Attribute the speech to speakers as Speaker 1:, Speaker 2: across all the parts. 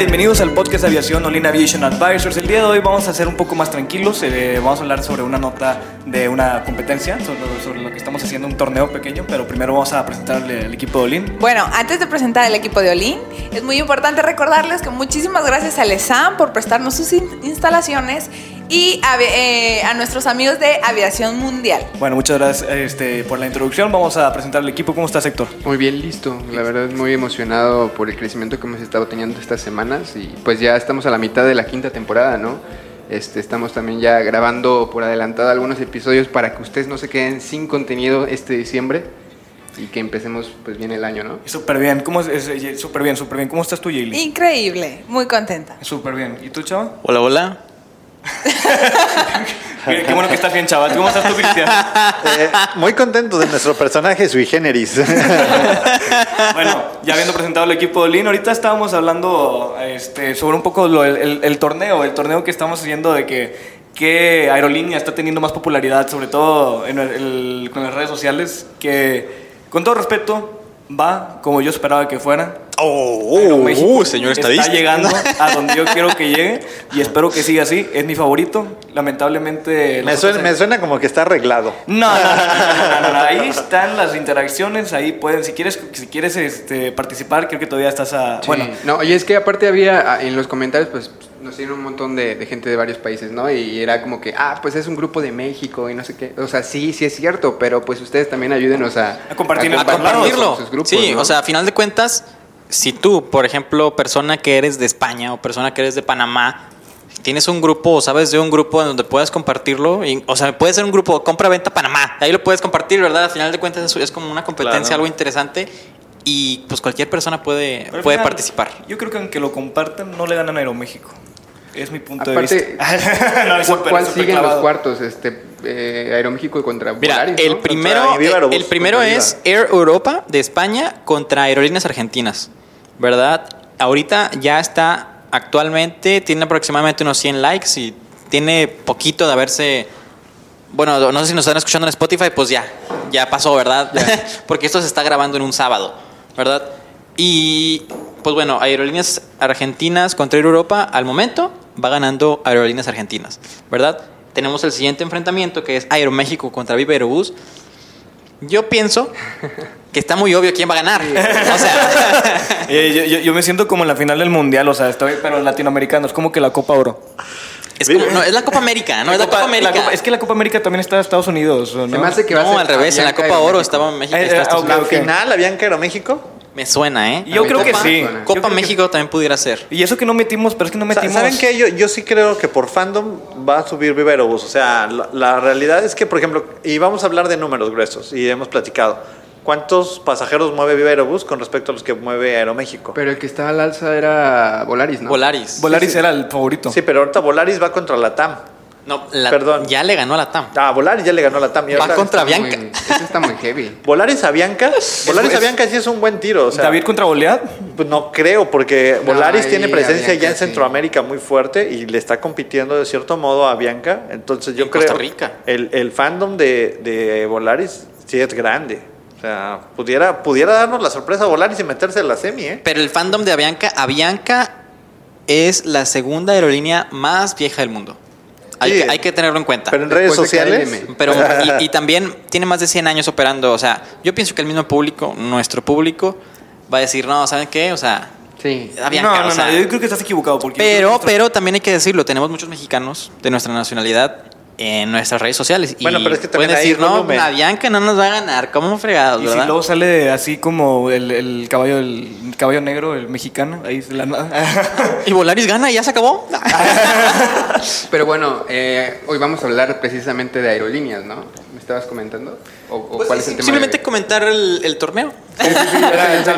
Speaker 1: Bienvenidos al podcast de aviación Olin Aviation Advisors. El día de hoy vamos a ser un poco más tranquilos. Eh, vamos a hablar sobre una nota de una competencia, sobre, sobre, lo que estamos haciendo, un torneo pequeño, pero primero vamos a presentar el, equipo de Olin.
Speaker 2: Bueno, antes de presentar el equipo de Olin, es muy importante recordarles que muchísimas gracias a ESAM por prestarnos sus in instalaciones y a, eh, a, nuestros amigos de Aviación Mundial.
Speaker 1: Bueno, muchas gracias este, por la introducción. Vamos a presentar al equipo. ¿Cómo estás, Héctor?
Speaker 3: Muy bien, listo. La verdad, muy emocionado por el crecimiento que hemos estado teniendo estas semanas. Y pues ya estamos a la mitad de la quinta temporada, ¿no? Este, estamos también ya grabando por adelantado algunos episodios para que ustedes no se queden sin contenido este diciembre y que empecemos pues bien el año, ¿no?
Speaker 1: Súper bien, ¿cómo es? Súper bien, súper bien. ¿Cómo estás tú, Yaeli?
Speaker 2: Increíble, muy contenta.
Speaker 1: Súper bien. ¿Y tú, Chava?
Speaker 4: Hola, hola.
Speaker 1: Mira, qué bueno que estás bien, chaval. ¿Cómo estás tú, Cristian?
Speaker 4: Eh, muy contento de nuestro personaje sui generis.
Speaker 1: bueno, ya habiendo presentado el equipo de Lin, ahorita estábamos hablando este, sobre un poco lo, el, el, el, torneo, el torneo que estamos haciendo de que qué aerolínea está teniendo más popularidad, sobre todo en el, con las redes sociales, que con todo respeto va como yo esperaba que fuera,
Speaker 4: Oh, oh señor
Speaker 1: está
Speaker 4: estadista.
Speaker 1: llegando a donde yo quiero que llegue y espero que siga así. Es mi favorito. Lamentablemente.
Speaker 4: Me suena, me suena como que está arreglado.
Speaker 1: No, no, no, no, no, ahí están las interacciones. Ahí pueden, si quieres, si quieres este, participar, creo que todavía estás a.
Speaker 3: Sí. Bueno, no, y es que aparte había en los comentarios, pues nos dieron un montón de, de, gente de varios países, ¿no? Y era como que, ah, pues es un grupo de México y no sé qué. O sea, sí, sí es cierto, pero pues ustedes también ayúdenos a,
Speaker 1: a compartir
Speaker 4: a, a compartirlo. Sus, sus grupos, sí, ¿no? o sea, a final de cuentas, si tú, por ejemplo, persona que eres de España o persona que eres de Panamá, tienes un grupo o sabes de un grupo en donde puedas compartirlo, y, o sea, puede ser un grupo compra-venta Panamá, ahí lo puedes compartir, ¿verdad? Al final de cuentas es, es como una competencia, claro. algo interesante y pues cualquier persona puede, Pero puede final, participar.
Speaker 1: Yo creo que aunque lo compartan, no le ganan a Aeroméxico. Es mi punto
Speaker 3: Aparte,
Speaker 1: de vista.
Speaker 3: no, super, ¿Cuál siguen clavado? los cuartos? Este, eh, Aeroméxico contra
Speaker 4: Mira,
Speaker 3: Volaris,
Speaker 4: el, ¿no? primero, contra el, Aerobus, el primero es Air Europa de España contra Aerolíneas Argentinas, ¿verdad? Ahorita ya está actualmente, tiene aproximadamente unos 100 likes y tiene poquito de haberse... Bueno, no sé si nos están escuchando en Spotify, pues ya, ya pasó, ¿verdad? Ya. Porque esto se está grabando en un sábado, ¿verdad? Y pues bueno, Aerolíneas Argentinas contra Air Europa al momento va ganando Aerolíneas Argentinas, ¿verdad? Tenemos el siguiente enfrentamiento que es Aeroméxico contra Viva Aerobús. Yo pienso que está muy obvio quién va a ganar. O
Speaker 1: sea, Eh, yo, yo, yo, me siento como en la final del mundial, o sea, estoy, pero latinoamericano, es como que la Copa Oro.
Speaker 4: Es, como, no, es la Copa América, Ah, ¿no? La es Copa, la Copa América.
Speaker 1: La Copa, es que la Copa América también está en Estados Unidos, ¿no?
Speaker 4: Se me hace que no, al revés, en la Copa Oro México. estaba México. Eh, eh,
Speaker 1: okay,
Speaker 4: la
Speaker 1: okay.
Speaker 4: final, Bianca Aeroméxico. Me suena, ¿eh?
Speaker 1: oh, Yo creo
Speaker 4: Copa,
Speaker 1: que sí.
Speaker 4: Copa
Speaker 1: creo
Speaker 4: México que... también pudiera ser.
Speaker 1: Y eso que no metimos, pero es que no metimos.
Speaker 5: ¿Saben qué? Yo, yo sí creo que por fandom va a subir Viva Aerobús. O sea, la, la, realidad es que, por ejemplo, y vamos a hablar de números gruesos y hemos platicado. ¿Cuántos pasajeros mueve Viva Aerobús con respecto a los que mueve Aeroméxico?
Speaker 3: Pero el que estaba al alza era Volaris, ¿no?
Speaker 4: Volaris.
Speaker 1: Volaris sí, sí. era el favorito.
Speaker 5: Sí, pero ahorita Volaris va contra la TAM.
Speaker 4: No, la, Perdón. ya le ganó a la TAM.
Speaker 5: Ah, Volaris ya le ganó a la TAM.
Speaker 4: Va está, contra
Speaker 3: está
Speaker 4: Bianca.
Speaker 3: Muy, eso está muy heavy.
Speaker 5: Volaris a Bianca. Volaris es, a Bianca sí es un buen tiro. O sea,
Speaker 1: Pues ¿David contra Bolead?
Speaker 5: Pues no creo, porque no, Volaris tiene presencia Bianca, ya en Centroamérica sí. muy fuerte y le está compitiendo de cierto modo a Bianca. Entonces yo en creo.
Speaker 4: Costa Rica.
Speaker 5: El, el fandom de, de, Volaris sí es grande. O sea, pudiera, pudiera darnos la sorpresa a Volaris y meterse en la semi, ¿eh?
Speaker 4: Pero el fandom de Avianca, Avianca es la segunda aerolínea más vieja del mundo. Hay, sí, que, hay, que tenerlo en cuenta.
Speaker 5: Pero en Después redes sociales.
Speaker 4: Pero, y, y, también tiene más de 100 años operando. O sea, yo pienso que el mismo público, nuestro público, va a decir, no, ¿saben qué? O sea,
Speaker 3: sí.
Speaker 4: Avianca,
Speaker 1: no, no,
Speaker 4: o sea,
Speaker 1: no, yo creo que estás equivocado. Porque
Speaker 4: pero, nuestro... pero también hay que decirlo, tenemos muchos mexicanos de nuestra nacionalidad en nuestras redes sociales.
Speaker 5: Bueno,
Speaker 4: y
Speaker 5: pero es que
Speaker 4: pueden
Speaker 5: también hay
Speaker 4: decir, no,
Speaker 5: volumen".
Speaker 4: Bianca no nos va a ganar, ¿cómo fregados,
Speaker 1: Y si
Speaker 4: verdad?
Speaker 1: luego sale así como el, el caballo el caballo negro, el mexicano, ahí de la nada.
Speaker 4: Y Volaris gana y ya se acabó.
Speaker 3: Pero bueno, eh, hoy vamos a hablar precisamente de aerolíneas, ¿no? ¿Me estabas comentando? ¿O, o
Speaker 4: Pues
Speaker 3: cuál
Speaker 4: sí,
Speaker 3: es el tema?
Speaker 4: simplemente
Speaker 3: de... Ah,
Speaker 4: comentar el, el torneo.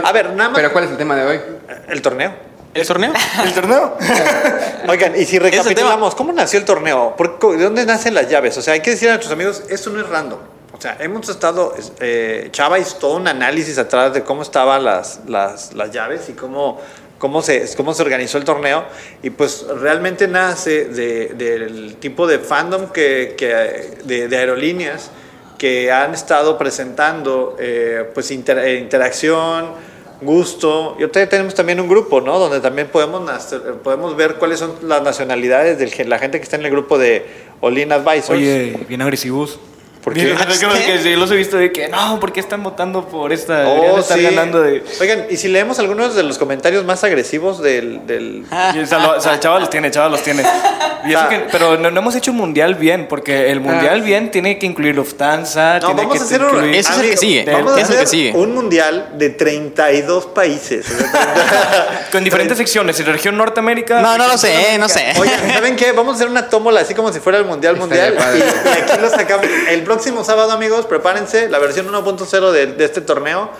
Speaker 5: A ver, nada más.
Speaker 3: Pero ¿cuál es el tema de hoy?
Speaker 5: El torneo.
Speaker 4: ¿El torneo?
Speaker 1: ¿El torneo?
Speaker 5: Oigan, y si
Speaker 4: el
Speaker 5: recapitulamos, ¿cómo nació el torneo? ¿Por qué- ¿De dónde nacen las llaves? O sea, hay que decir a nuestros amigos, esto no es random. O sea, hemos estado, es- eh, Chava hizo todo un análisis atrás de cómo estaban las, las, las llaves y cómo, cómo, se, cómo se organizó el torneo. Y pues realmente nace de- del tipo de fandom que, que- de, de aerolíneas que han estado presentando eh, pues inter- eh, interacción, gusto. Y ahorita ya tenemos también un grupo, ¿no? Donde también podemos, nacer- podemos ver cuáles son las nacionalidades de la gente que está en el grupo de Olin Advisors.
Speaker 1: Oye, bien agresivos.
Speaker 5: ¿Por
Speaker 1: Bien,
Speaker 5: qué?
Speaker 1: es que porque yo los he visto de que no, ¿por qué están votando por esta?
Speaker 5: Oh,
Speaker 1: Deberían estar
Speaker 5: sí.
Speaker 1: ganando de.
Speaker 5: Oigan, y si leemos algunos de los comentarios más agresivos del... del-
Speaker 4: Ah,
Speaker 1: Y, o sea, lo- o sea, Chava los tiene, Chava los tiene. Y eso
Speaker 5: Ah.
Speaker 1: que- pero no, no hemos hecho un mundial bien, porque
Speaker 4: Ah.
Speaker 1: el mundial bien tiene que incluir Lufthansa,
Speaker 5: No,
Speaker 1: Ah, tiene
Speaker 5: vamos
Speaker 1: que
Speaker 5: a hacer un...
Speaker 1: incluir...
Speaker 4: Ese es el que sigue,
Speaker 5: Vamos
Speaker 4: ese es
Speaker 5: a
Speaker 4: el que
Speaker 5: hacer
Speaker 4: sigue.
Speaker 5: un mundial de 32 países.
Speaker 1: Con diferentes secciones, en la región Norteamérica.
Speaker 4: No, no lo sé, eh, no sé.
Speaker 5: Oye, ¿saben qué? Vamos a hacer una tómbola así como si fuera el Mundial
Speaker 3: Estaría
Speaker 5: Mundial.
Speaker 3: padre.
Speaker 5: Y, y aquí lo sacamos. El próximo sábado, amigos, prepárense. La versión 1.0 de, de este torneo.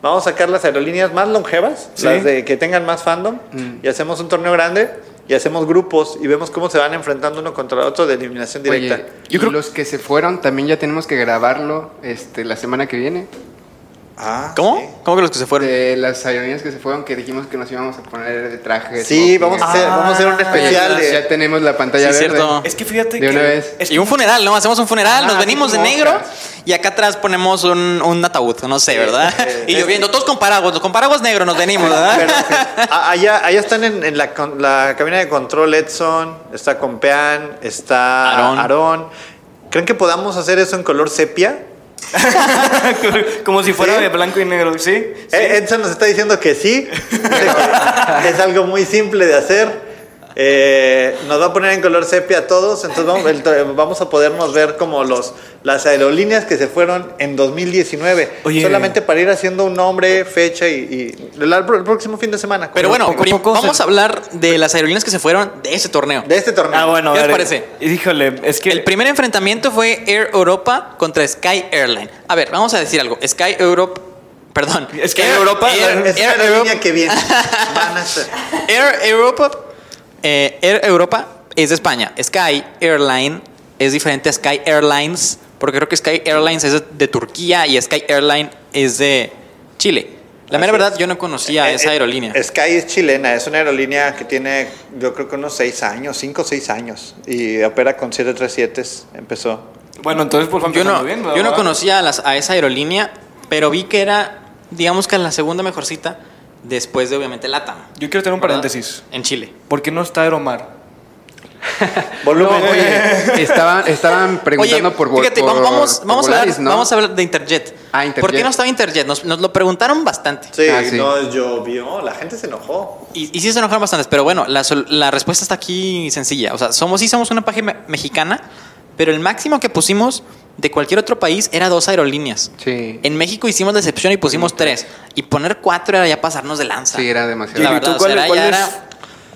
Speaker 5: Vamos a sacar las aerolíneas más longevas,
Speaker 1: Sí.
Speaker 5: las de que tengan más fandom.
Speaker 3: Mm.
Speaker 5: Y hacemos un torneo grande. Y hacemos grupos y vemos cómo se van enfrentando uno contra otro de eliminación directa.
Speaker 3: Oye,
Speaker 4: Yo
Speaker 3: y
Speaker 4: creo-
Speaker 3: los que se fueron también ya tenemos que grabarlo este, la semana que viene.
Speaker 5: Ah, sí.
Speaker 4: ¿Cómo? ¿Cómo que los que se fueron?
Speaker 3: De las aerolíneas que se fueron que dijimos que nos íbamos a poner de traje.
Speaker 5: Sí, vamos a hacer, vamos a hacer un
Speaker 1: Ah,
Speaker 5: especial de-
Speaker 3: Ya tenemos la pantalla
Speaker 4: Sí,
Speaker 3: verde.
Speaker 4: cierto.
Speaker 1: Es que fíjate que.
Speaker 3: De una vez.
Speaker 1: es que-
Speaker 4: Y un funeral, ¿no? Hacemos un funeral,
Speaker 3: Ah,
Speaker 4: nos
Speaker 3: así
Speaker 4: venimos de
Speaker 3: como
Speaker 4: negro
Speaker 3: Oscars.
Speaker 4: y acá atrás ponemos un, un ataúd, no sé, ¿verdad?
Speaker 5: eh,
Speaker 4: y lloviendo, todos con paraguas, con paraguas negro nos venimos,
Speaker 5: Pero,
Speaker 4: ¿verdad?
Speaker 5: sí. A- Ah, allá, allá están en, en la, con- la cabina de control Edson, está Compean, está
Speaker 4: Aarón.
Speaker 5: Aarón. ¿Creen que podamos hacer eso en color sepia?
Speaker 1: como si fuera
Speaker 5: ¿Sí?
Speaker 1: de blanco y negro, ¿sí? sí.
Speaker 5: Eh, Edson nos está diciendo que sí. Dice que es algo muy simple de hacer. Eh, nos va a poner en color sepia a todos, entonces vamos, el to- vamos a podernos ver como los, las aerolíneas que se fueron en 2019.
Speaker 1: Oye.
Speaker 5: Solamente para ir haciendo un nombre, fecha y, y el, el próximo fin de semana.
Speaker 4: Pero bueno,
Speaker 1: Poco a
Speaker 4: prim-
Speaker 1: poco se-
Speaker 4: vamos a hablar de las aerolíneas que se fueron de ese torneo.
Speaker 5: de este torneo.
Speaker 1: Ah, bueno, a
Speaker 4: ¿Qué les
Speaker 1: ver,
Speaker 4: parece?
Speaker 1: Híjole, es que.
Speaker 4: El primer enfrentamiento fue Air Europa contra Sky Airline. A ver, vamos a decir algo. Sky Europe, perdón.
Speaker 1: Es que Air Europa-
Speaker 4: Air,
Speaker 5: Es
Speaker 4: Air
Speaker 5: la
Speaker 4: Europe,
Speaker 5: línea que viene. Van a ser.
Speaker 4: Air Europa, eh, Air Europa es de España. Sky Airline es diferente a Sky Airlines porque creo que Sky Airlines es de, de Turquía y Sky Airline es de Chile. La mera
Speaker 5: Así
Speaker 4: verdad, yo no conocía
Speaker 5: Eh,
Speaker 4: esa
Speaker 5: eh,
Speaker 4: aerolínea.
Speaker 5: Sky es chilena, es una aerolínea que tiene, yo creo que unos 6 años, 5 o 6 años. Y opera con 737, empezó.
Speaker 1: Bueno, entonces, pues,
Speaker 4: Yo no,
Speaker 1: empezando bien,
Speaker 4: yo no
Speaker 1: ¿verdad?
Speaker 4: conocía a, las- a esa aerolínea, pero vi que era, digamos que la segunda mejorcita después de obviamente LATAM.
Speaker 1: Yo quiero tener un
Speaker 4: ¿verdad?
Speaker 1: paréntesis.
Speaker 4: En Chile.
Speaker 1: ¿Por qué no está Aeromar?
Speaker 3: No,
Speaker 5: Volumen.
Speaker 3: oye, estaban, estaban preguntando por vol-
Speaker 4: fíjate,
Speaker 3: por-
Speaker 4: vamos- vamos,
Speaker 3: por
Speaker 4: vamos, a
Speaker 3: Volaris,
Speaker 4: hablar,
Speaker 3: ¿no?
Speaker 4: vamos a hablar de Interjet.
Speaker 3: Ah, Interjet.
Speaker 4: ¿Por qué no estaba Interjet? Nos, nos lo preguntaron bastante.
Speaker 5: Sí,
Speaker 3: Ah, sí.
Speaker 5: no, llovió, la gente se enojó.
Speaker 4: Y, y sí se enojaron bastante, pero bueno, la, sol- la respuesta está aquí sencilla. O sea, somos, sí somos una página me- mexicana, pero el máximo que pusimos de cualquier otro país era dos aerolíneas.
Speaker 3: Sí.
Speaker 4: En México hicimos la excepción y pusimos tres. Y poner cuatro era ya pasarnos de lanza.
Speaker 3: Sí, era demasiado.
Speaker 4: La
Speaker 1: ¿Y
Speaker 4: verdad,
Speaker 1: tú
Speaker 4: o
Speaker 1: cuál,
Speaker 4: sea, era-
Speaker 1: cuál
Speaker 4: ya
Speaker 1: es
Speaker 4: era-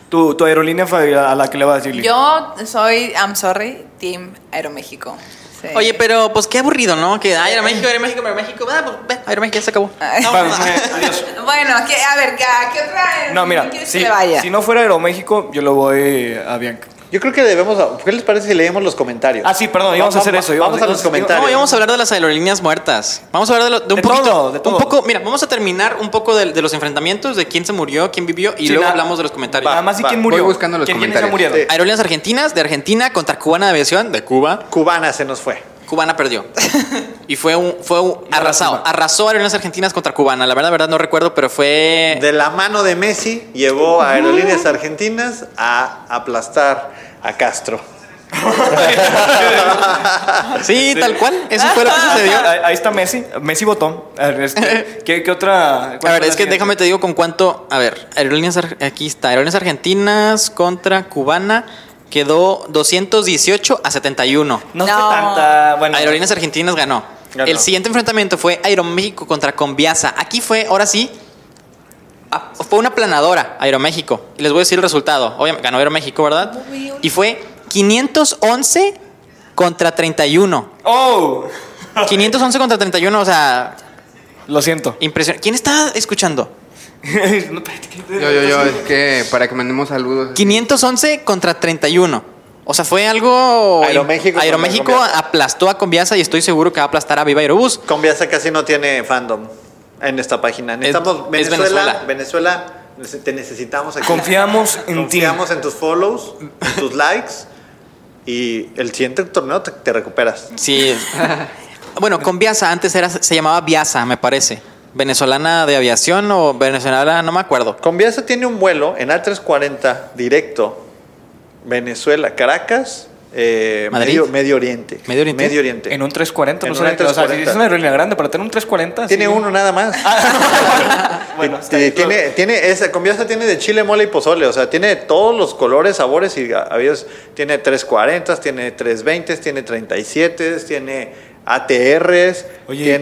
Speaker 1: tu, tu aerolínea favorita a la que le vas a decir?
Speaker 2: Yo soy, I'm sorry, Team Aeroméxico. Sí.
Speaker 4: Oye, pero pues qué aburrido, ¿no? Que Aeroméxico, Aeroméxico, Aeroméxico. Ah, pues, ve, Aeroméxico ya se acabó.
Speaker 2: Ay.
Speaker 4: No,
Speaker 1: Vamos,
Speaker 4: no.
Speaker 1: eh, adiós.
Speaker 2: Bueno, ¿qué- a ver, ¿qué- ¿a qué otra
Speaker 1: No, mira,
Speaker 2: quieres
Speaker 1: si,
Speaker 2: que le vaya?
Speaker 1: si no fuera Aeroméxico, yo lo voy a Bianca.
Speaker 5: Yo creo que debemos. a- ¿Qué les parece si leemos los comentarios?
Speaker 1: Ah, sí, perdón, íbamos a hacer eso, íbamos-
Speaker 5: Vamos a los
Speaker 1: íbamos-
Speaker 5: comentarios.
Speaker 4: No, íbamos a hablar de las aerolíneas muertas. Vamos a hablar de, lo- de un
Speaker 1: De
Speaker 4: poquito.
Speaker 1: todo, de todo.
Speaker 4: Un poco, mira, vamos a terminar un poco de, de los enfrentamientos, de quién se murió, quién vivió, y
Speaker 1: Sí,
Speaker 4: luego
Speaker 1: nada-
Speaker 4: hablamos de los comentarios.
Speaker 1: Nada más, ¿y
Speaker 5: va.
Speaker 1: quién murió?
Speaker 3: Voy buscando los
Speaker 1: ¿Quién- quiénes
Speaker 3: comentarios.
Speaker 1: se murieron?
Speaker 4: Aerolíneas argentinas, de Argentina contra Cubana de Aviación, de Cuba.
Speaker 5: Cubana se nos fue.
Speaker 4: Cubana perdió. y fue un, fue un
Speaker 1: Una
Speaker 4: arrasado.
Speaker 1: lástima.
Speaker 4: Arrasó Aerolíneas Argentinas contra Cubana. La verdad, verdad no recuerdo, pero fue.
Speaker 5: De la mano de Messi llevó a Aerolíneas Argentinas a aplastar a Castro.
Speaker 4: Sí, tal cual. Eso fue lo que sucedió.
Speaker 1: Ahí ahí está Messi, Messi votó. A ver, este, ¿qué, qué otra?
Speaker 4: A
Speaker 1: cuál
Speaker 4: ver,
Speaker 1: fue la
Speaker 4: es que
Speaker 1: siguiente?
Speaker 4: déjame te digo con cuánto. A ver, aerolíneas Ar- aquí está, aerolíneas argentinas contra cubana. quedó 218 a 71.
Speaker 1: No,
Speaker 2: No.
Speaker 1: fue tanta. Bueno,
Speaker 4: Aerolíneas Argentinas ganó.
Speaker 5: Ganó.
Speaker 4: El siguiente enfrentamiento fue Aeroméxico contra Conviasa. Aquí fue, ahora sí, a- fue una planadora Aeroméxico. Y les voy a decir el resultado. Obviamente, ganó Aeroméxico, ¿verdad? Y fue 511 contra 31.
Speaker 1: ¡Oh!
Speaker 4: 511 contra 31, o sea,
Speaker 1: Lo siento.
Speaker 4: impresionante. ¿Quién está escuchando?
Speaker 1: No, espérate, ¿qué-
Speaker 3: Yo, yo, yo, es que para que mandemos saludos.
Speaker 4: 511 contra 31. O sea, fue algo.
Speaker 5: Aeroméxico contra
Speaker 4: Aeroméxico
Speaker 5: Conviasa.
Speaker 4: aplastó a Conviasa y estoy seguro que va a aplastar a Viva Aerobús.
Speaker 5: Conviasa casi no tiene fandom en esta página. Necesitamos
Speaker 4: es
Speaker 5: Venezuela, Venezuela. te necesitamos aquí.
Speaker 1: Confiamos en ti.
Speaker 5: Confiamos en tus follows, en tus likes. Y el siguiente torneo te, te recuperas.
Speaker 4: Sí. bueno, Conviasa antes era, se llamaba Viasa, me parece. Venezolana de aviación o venezolana, no me acuerdo.
Speaker 5: Conviasa tiene un vuelo en A340 directo. Venezuela, Caracas, eh,
Speaker 4: Madrid.
Speaker 5: Medio, Medio Oriente.
Speaker 4: ¿Medio Oriente?
Speaker 1: En un 340,
Speaker 5: En
Speaker 1: no
Speaker 5: un
Speaker 1: sé. O sea, si
Speaker 5: 340.
Speaker 1: es una aerolínea grande, para tener un 340.
Speaker 5: Tiene
Speaker 1: sí.
Speaker 5: uno nada más.
Speaker 1: Ah, Bueno,
Speaker 5: Y-
Speaker 1: está
Speaker 5: y
Speaker 1: bien,
Speaker 5: tiene, tiene esa conviasa tiene de chile, mole y pozole, o sea, tiene todos los colores, sabores y a- habidos. Tiene 340, tiene 320, tiene 37, tiene ATRs,
Speaker 1: Oye, ¿y
Speaker 5: tiene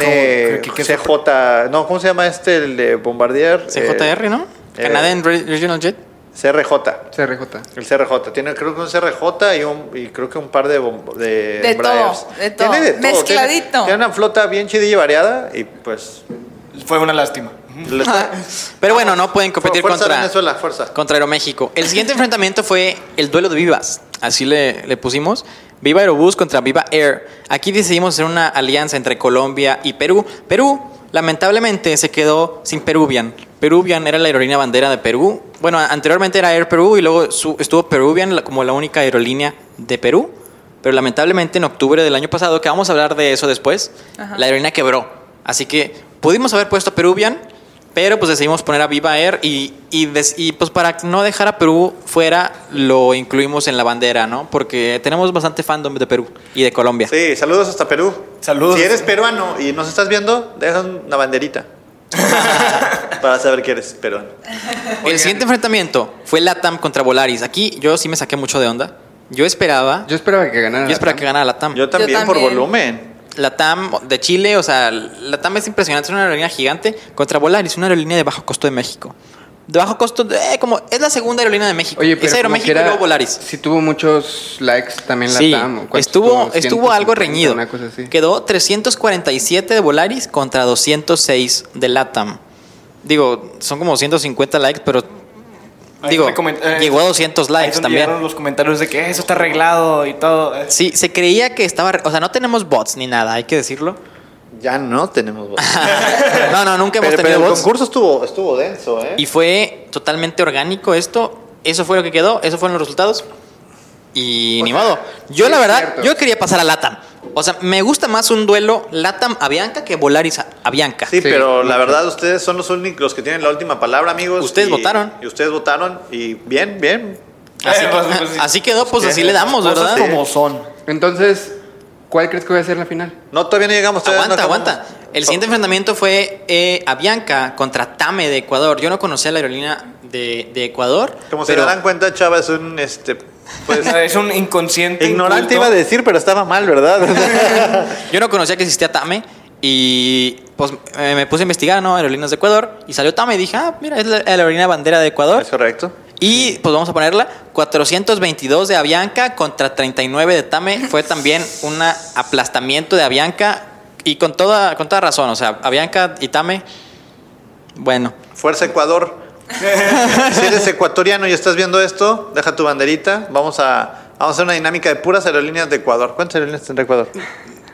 Speaker 1: cómo- qué- qué-
Speaker 5: CJ, no, ¿cómo se llama este el de Bombardier?
Speaker 4: CJR,
Speaker 5: Eh,
Speaker 4: ¿no?
Speaker 5: eh,
Speaker 4: Canadian Re- Regional Jet.
Speaker 5: CRJ.
Speaker 3: CRJ.
Speaker 5: El CRJ, tiene creo que un CRJ y, un, y creo que un par de bom- de,
Speaker 2: De
Speaker 5: Embraers.
Speaker 2: todo, de todo.
Speaker 5: tiene-
Speaker 2: Mezcladito.
Speaker 5: Tiene, una flota bien chidilla y variada y pues
Speaker 1: Fue una lástima.
Speaker 5: le-
Speaker 4: Pero bueno, no pueden competir
Speaker 5: fuerza
Speaker 4: contra,
Speaker 5: Venezuela, fuerza.
Speaker 4: contra Aeroméxico. El siguiente enfrentamiento fue el duelo de vivas. Así le, le pusimos. Viva Aerobús contra Viva Air. Aquí decidimos hacer una alianza entre Colombia y Perú. Perú, lamentablemente, se quedó sin Peruvian. Peruvian era la aerolínea bandera de Perú. Bueno, a- anteriormente era Air Perú y luego su- estuvo Peruvian la- como la única aerolínea de Perú. Pero lamentablemente en octubre del año pasado, que vamos a hablar de eso después, la aerolínea quebró. Así que pudimos haber puesto Peruvian, pero pues decidimos poner a Viva Air y, y, des- y, pues para no dejar a Perú fuera, lo incluimos en la bandera, ¿no? Porque tenemos bastante fandom de Perú y de Colombia.
Speaker 5: Sí, saludos hasta Perú.
Speaker 1: Saludos.
Speaker 5: Si eres peruano y nos estás viendo, deja una banderita. para saber que eres peruano.
Speaker 4: El siguiente enfrentamiento fue Latam contra Volaris. Aquí yo sí me saqué mucho de onda. Yo esperaba, yo,
Speaker 3: Yo esperaba que ganara.
Speaker 4: esperaba que ganara Latam.
Speaker 5: Yo también, por
Speaker 2: también.
Speaker 5: volumen.
Speaker 4: Latam de Chile, o sea, Latam es impresionante, es una aerolínea gigante contra Volaris, una aerolínea de bajo costo de México. De bajo costo, de- eh, como es la segunda aerolínea de México.
Speaker 3: Oye, pero
Speaker 4: es
Speaker 3: como
Speaker 4: Aeroméxico
Speaker 3: quiera,
Speaker 4: y luego Volaris.
Speaker 3: Sí tuvo muchos likes también
Speaker 4: Sí,
Speaker 3: la TAM.
Speaker 4: estuvo, estuvo algo reñido.
Speaker 3: Una cosa así.
Speaker 4: Quedó 347 de Volaris contra 206 de Latam. Digo, son como 150 likes, pero
Speaker 1: Ahí
Speaker 4: digo,
Speaker 1: donde comen- eh,
Speaker 4: llegó a 200
Speaker 1: ahí
Speaker 4: likes
Speaker 1: donde
Speaker 4: también.
Speaker 1: llegaron los comentarios de que eso está arreglado y todo. eh.
Speaker 4: Sí, se creía que estaba... re- O sea, no tenemos bots ni nada, hay que decirlo.
Speaker 5: Ya no tenemos voz.
Speaker 4: no, no, nunca hemos
Speaker 5: pero, pero
Speaker 4: tenido
Speaker 5: el
Speaker 4: bots.
Speaker 5: concurso estuvo, estuvo denso, ¿eh?
Speaker 4: Y fue totalmente orgánico esto. Eso fue lo que quedó, esos fueron los resultados. Y
Speaker 3: O
Speaker 4: ni
Speaker 3: sea,
Speaker 4: modo. Yo,
Speaker 3: sí
Speaker 4: la
Speaker 3: es
Speaker 4: verdad,
Speaker 3: cierto.
Speaker 4: yo quería pasar a Latam. O sea, me gusta más un duelo Latam a Bianca que Volaris a- a Bianca.
Speaker 5: Sí,
Speaker 3: Sí,
Speaker 5: pero la
Speaker 3: mucho.
Speaker 5: verdad ustedes son los únicos los que tienen la última palabra, amigos.
Speaker 4: Ustedes
Speaker 5: y-
Speaker 4: votaron.
Speaker 5: Y ustedes votaron y bien, bien.
Speaker 4: Así,
Speaker 1: Eh, pues, pues, sí.
Speaker 4: así quedó, pues
Speaker 5: que
Speaker 4: así le damos,
Speaker 5: las cosas
Speaker 4: ¿verdad?
Speaker 5: como
Speaker 4: son.
Speaker 3: Entonces, ¿cuál crees que va a ser la final?
Speaker 5: No, todavía no llegamos. Todavía
Speaker 4: Aguanta,
Speaker 5: no acabamos.
Speaker 4: aguanta. El siguiente enfrentamiento fue eh, a Bianca contra Tame de Ecuador. Yo no conocía la aerolínea de, de Ecuador.
Speaker 5: Como se
Speaker 4: pero
Speaker 5: darán cuenta, Chava es un este pues
Speaker 1: es un inconsciente.
Speaker 5: ignorante
Speaker 1: inculto.
Speaker 5: iba a decir, pero estaba mal, ¿verdad?
Speaker 4: Yo no conocía que existía Tame y pues eh, me puse a investigar, ¿no? Aerolíneas de Ecuador. Y salió Tame y dije, ah, mira, es la la aerolínea bandera de Ecuador.
Speaker 5: es correcto.
Speaker 4: Y pues vamos a ponerla, 422 de Avianca contra 39 de Tame. Fue también un aplastamiento de Avianca y con toda, con toda razón. O sea, Avianca y Tame, bueno.
Speaker 5: Fuerza Ecuador. si eres ecuatoriano y estás viendo esto, deja tu banderita. Vamos a, vamos a hacer una dinámica de puras aerolíneas de Ecuador. ¿Cuántas aerolíneas tendrá Ecuador?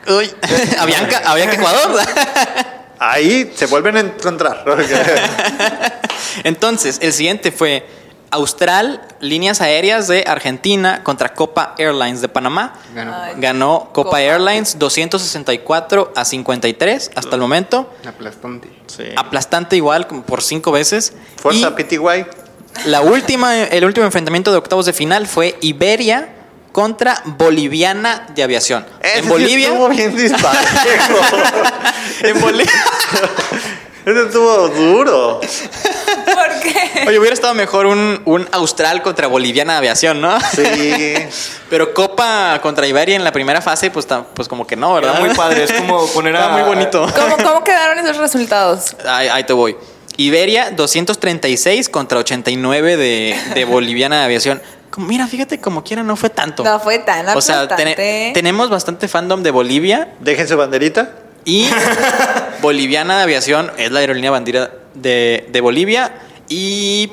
Speaker 4: Uy, Avianca, Avianca Ecuador.
Speaker 5: Ahí se vuelven a encontrar.
Speaker 4: Entonces, el siguiente fue Austral, líneas aéreas de Argentina contra Copa Airlines de Panamá.
Speaker 3: Ganó.
Speaker 2: Ay.
Speaker 4: Ganó Copa,
Speaker 2: Copa.
Speaker 4: Airlines 264 a 53 hasta el momento.
Speaker 3: La aplastante.
Speaker 5: Sí.
Speaker 4: Aplastante igual, como por cinco veces.
Speaker 5: Fuerza
Speaker 4: Y-
Speaker 5: Pitiguay.
Speaker 4: La última, el último enfrentamiento de octavos de final fue Iberia contra Boliviana de Aviación.
Speaker 5: Ese
Speaker 4: en
Speaker 5: sí
Speaker 4: Bolivia,
Speaker 5: estuvo bien disparejo.
Speaker 4: en Bolivia,
Speaker 5: Ese estuvo duro.
Speaker 2: ¿Por que.
Speaker 4: Oye, hubiera estado mejor un, un Austral contra Boliviana de Aviación, ¿no?
Speaker 5: Sí.
Speaker 4: Pero Copa contra Iberia en la primera fase, pues, ta- pues como que no, ¿verdad?
Speaker 1: Era muy padre, es como poner a-
Speaker 4: Era muy bonito.
Speaker 2: ¿Cómo, ¿Cómo quedaron esos resultados?
Speaker 4: Ahí, ahí te voy. Iberia 236 contra 89 de, de Boliviana de Aviación. Como- Mira, fíjate, como quiera, no fue tanto.
Speaker 2: No fue tan
Speaker 4: O sea,
Speaker 2: aplastante.
Speaker 4: tene- tenemos bastante fandom de Bolivia
Speaker 5: Déjense banderita.
Speaker 4: y Boliviana de Aviación es la aerolínea bandera de, de Bolivia. Y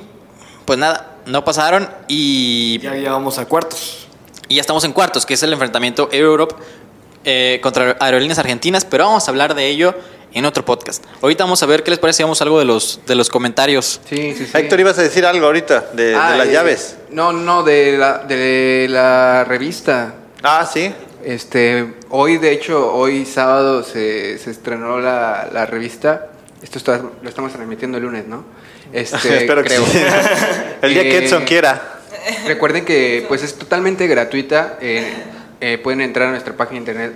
Speaker 4: pues nada, no pasaron y
Speaker 1: Ya llevamos a cuartos.
Speaker 4: y ya estamos en cuartos, que es el enfrentamiento Air Europe eh, contra Aerolíneas Argentinas, pero vamos a hablar de ello en otro podcast. Ahorita vamos a ver qué les parece, vamos a algo de los, de los comentarios.
Speaker 3: Sí, sí, sí.
Speaker 5: Héctor, ibas a decir algo ahorita de,
Speaker 3: Ah,
Speaker 5: de las
Speaker 3: eh,
Speaker 5: llaves.
Speaker 3: No, no, de la, de la revista.
Speaker 5: Ah, sí.
Speaker 3: Este, hoy, de hecho, hoy sábado se, se estrenó la, la revista. Esto está- lo estamos transmitiendo el lunes, ¿no? Este,
Speaker 5: Espero que
Speaker 3: creo.
Speaker 5: sí. El día que
Speaker 3: Eh,
Speaker 5: Edson quiera.
Speaker 3: Recuerden que pues es totalmente gratuita. eh, eh, pueden entrar a nuestra página de internet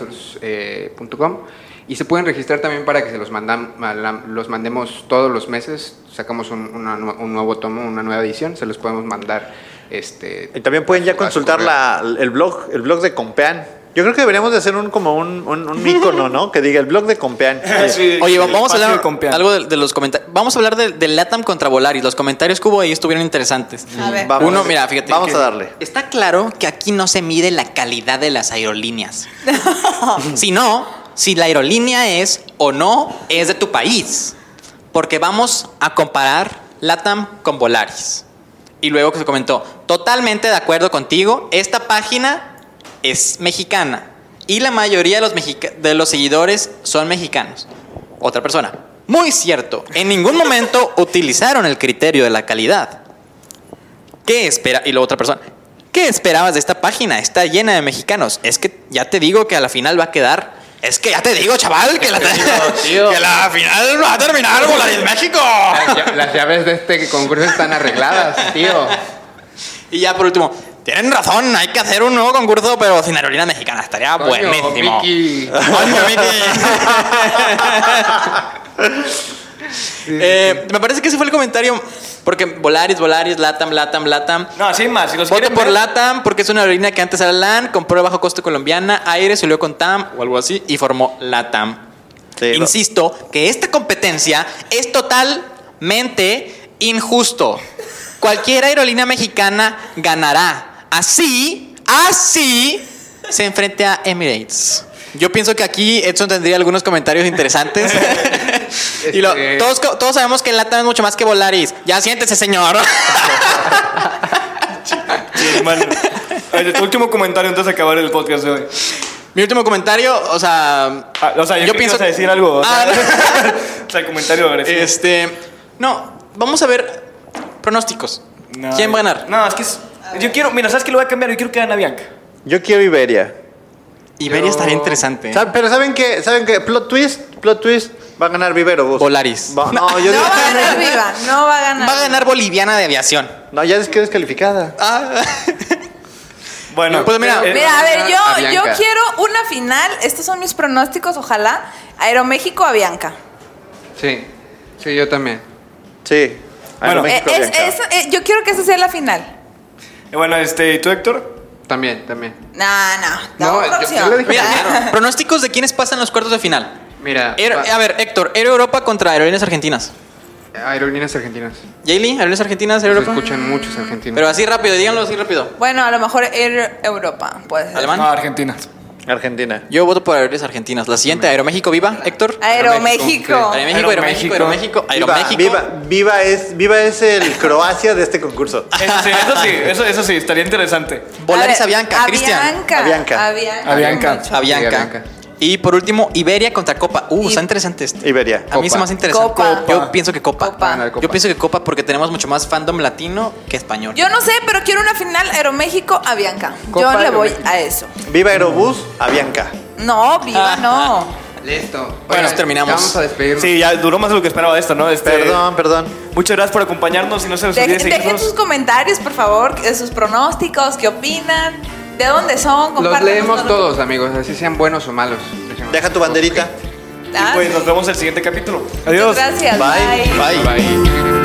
Speaker 3: allinadvisors.com eh, y se pueden registrar también para que se los, mandan, mala- los mandemos todos los meses. Sacamos un, una nu- un nuevo tomo, una nueva edición, se los podemos mandar. Este,
Speaker 5: Y también pueden ya
Speaker 3: a su
Speaker 5: consultar
Speaker 3: correo.
Speaker 5: la- el blog, el blog de Compean. Yo creo que deberíamos de hacer un como un, un, un ícono, ¿no? Que diga el blog de Compean.
Speaker 1: Sí,
Speaker 4: Oye,
Speaker 1: el
Speaker 4: vamos a
Speaker 1: espacio
Speaker 4: hablar
Speaker 1: de Compeán.
Speaker 4: algo de, de los comentarios. Vamos a hablar de- del LATAM contra Volaris. Los comentarios que hubo ahí estuvieron interesantes.
Speaker 2: A ver.
Speaker 5: Vamos.
Speaker 4: Uno, mira, fíjate.
Speaker 5: Vamos
Speaker 4: que
Speaker 5: a darle.
Speaker 4: Está claro que aquí no se mide la calidad de las aerolíneas. sino si la aerolínea es o no es de tu país. Porque vamos a comparar LATAM con Volaris. Y luego que se comentó, totalmente de acuerdo contigo, esta página es mexicana. Y la mayoría de los, mexica- de los seguidores son mexicanos. Otra persona. Muy cierto, en ningún momento utilizaron el criterio de la calidad. ¿Qué espera? Y la otra persona, ¿qué esperabas de esta página? Está llena de mexicanos. Es que ya te digo que a la final va a quedar. Es que ya te digo, chaval, que la, que la final va a terminar Volaris México.
Speaker 3: Las lla- Las llaves de este concurso están arregladas, tío.
Speaker 4: Y ya por último, tienen razón, hay que hacer un nuevo concurso, pero sin aerolíneas mexicanas. Estaría
Speaker 3: Coño,
Speaker 4: buenísimo.
Speaker 3: Vicky.
Speaker 4: Coño, Miki. Eh, me parece que ese fue el comentario. Porque Volaris, Volaris, Latam, Latam, Latam.
Speaker 1: No, sí, más. Si los
Speaker 4: Voto
Speaker 1: quieren
Speaker 4: por
Speaker 1: ver-
Speaker 4: LATAM porque es una aerolínea que antes era LAN, compró de bajo costo colombiana, Aires se unió con TAM o algo así y formó LATAM.
Speaker 5: Sí, lo-
Speaker 4: Insisto que esta competencia es totalmente injusto. Cualquier aerolínea mexicana ganará. Así, así se enfrenta a Emirates. Yo pienso que aquí Edson tendría algunos comentarios interesantes. y lo-
Speaker 3: Este-
Speaker 4: todos, co- todos sabemos que LATAM es mucho más que Volaris. Ya siéntese, señor.
Speaker 1: Sí, hermano. El último comentario antes de acabar el podcast de hoy.
Speaker 4: Mi último comentario, o sea,
Speaker 1: Ah, o sea, yo,
Speaker 4: Yo
Speaker 1: pienso
Speaker 4: pienso-
Speaker 1: que ibas a decir algo. O sea,
Speaker 4: Ah,
Speaker 1: o sea, el comentario agresivo.
Speaker 4: este, no, vamos a ver pronósticos.
Speaker 1: No,
Speaker 4: ¿Quién va a ganar?
Speaker 1: No, es que es- yo quiero, mira, ¿sabes qué lo voy a cambiar? Yo quiero que gane Bianca.
Speaker 5: Yo quiero Iberia.
Speaker 4: Iberia estaría interesante. ¿eh?
Speaker 5: Sa- Pero ¿saben qué? ¿Saben qué? Plot twist, plot twist, va a ganar Vivero Bus.
Speaker 4: Volaris.
Speaker 5: Va- no,
Speaker 2: No
Speaker 5: yo digo-
Speaker 2: va a ganar viva, no va a ganar.
Speaker 4: Va a ganar Boliviana de Aviación.
Speaker 5: No, ya es que descalificada.
Speaker 4: Ah,
Speaker 1: Bueno,
Speaker 4: Pues mira-
Speaker 1: eh,
Speaker 2: Mira, a ver,
Speaker 3: A
Speaker 2: yo, yo
Speaker 3: Bianca.
Speaker 2: quiero una final. Estos son mis pronósticos, ojalá. Aeroméxico a Bianca.
Speaker 3: Sí, sí, yo también.
Speaker 5: Sí.
Speaker 1: Bueno,
Speaker 5: Aeroméxico,
Speaker 2: Eh, es-
Speaker 5: Bianca.
Speaker 2: es- eh, yo quiero que esa sea la final.
Speaker 1: eh, bueno, este, ¿y tú, Héctor?
Speaker 3: También, también.
Speaker 2: No, no.
Speaker 3: No,
Speaker 2: otra
Speaker 3: yo- yo
Speaker 2: opción.
Speaker 3: lo dije
Speaker 4: mira,
Speaker 3: primero.
Speaker 4: mira, pronósticos de quiénes pasan los cuartos de final.
Speaker 3: Mira,
Speaker 4: Aero-
Speaker 3: va-
Speaker 4: a ver, Héctor, Aero Europa contra Aerolíneas Argentinas.
Speaker 3: aerolíneas argentinas.
Speaker 4: Jaylee, Aerolíneas Argentinas, Aero
Speaker 3: Se
Speaker 4: Europa.
Speaker 3: escuchan muchos argentinos.
Speaker 4: Pero así rápido, díganlo así rápido.
Speaker 2: Bueno, a lo mejor Air Europa pues. puede ser.
Speaker 4: Alemán.
Speaker 1: No,
Speaker 5: Ah,
Speaker 1: Argentina.
Speaker 5: Argentina.
Speaker 4: Yo voto por Aerolíneas Argentinas. La siguiente, Aeroméxico, viva, Héctor.
Speaker 2: Aeroméxico.
Speaker 3: Aeroméxico,
Speaker 4: Aeroméxico, Aeroméxico, Aeroméxico, Aeroméxico.
Speaker 5: Viva, viva, viva es, viva es el Croacia de este concurso.
Speaker 1: Eso sí, eso sí, eso, eso sí, estaría interesante.
Speaker 4: Volaris
Speaker 2: ver,
Speaker 4: Avianca, Cristian.
Speaker 2: Avianca.
Speaker 5: A Bianca.
Speaker 2: Avianca.
Speaker 1: A Bianca.
Speaker 2: mucho.
Speaker 4: Avianca.
Speaker 3: Sí, Avianca.
Speaker 4: Y por último, Iberia contra Copa. Uh,
Speaker 2: Y-
Speaker 4: está interesante este.
Speaker 5: Iberia.
Speaker 4: A mí se me hace interesante.
Speaker 2: Copa.
Speaker 4: Yo pienso que Copa.
Speaker 2: Copa.
Speaker 3: Ganar Copa.
Speaker 4: Yo pienso que Copa porque tenemos mucho más fandom latino que español.
Speaker 2: Yo no sé, pero quiero una final Aeroméxico a Bianca.
Speaker 3: Copa
Speaker 2: yo le voy
Speaker 3: Aeroméxico.
Speaker 2: a eso.
Speaker 5: Viva Aerobús a Bianca.
Speaker 2: No, viva, no.
Speaker 3: Listo.
Speaker 4: Bueno,
Speaker 3: Oigan,
Speaker 4: terminamos.
Speaker 3: ya Vamos a despedirnos.
Speaker 1: Sí, ya duró más de lo que esperaba esto, ¿no? Este,
Speaker 5: Perdón, perdón.
Speaker 1: Muchas gracias por acompañarnos y no se
Speaker 3: Pues,
Speaker 1: les olvide
Speaker 2: Dejen, dejen sus
Speaker 1: seguirnos.
Speaker 2: comentarios, por favor, de sus pronósticos, qué opinan, de dónde son.
Speaker 3: Los
Speaker 2: compártanos
Speaker 3: leemos
Speaker 2: todo.
Speaker 3: todos, amigos, así sean buenos o malos.
Speaker 5: Deja tu banderita.
Speaker 2: Ah,
Speaker 1: Pues nos vemos en el siguiente capítulo.
Speaker 2: muchas
Speaker 1: Adiós.
Speaker 2: Gracias.
Speaker 5: Bye.
Speaker 2: bye.
Speaker 3: Bye.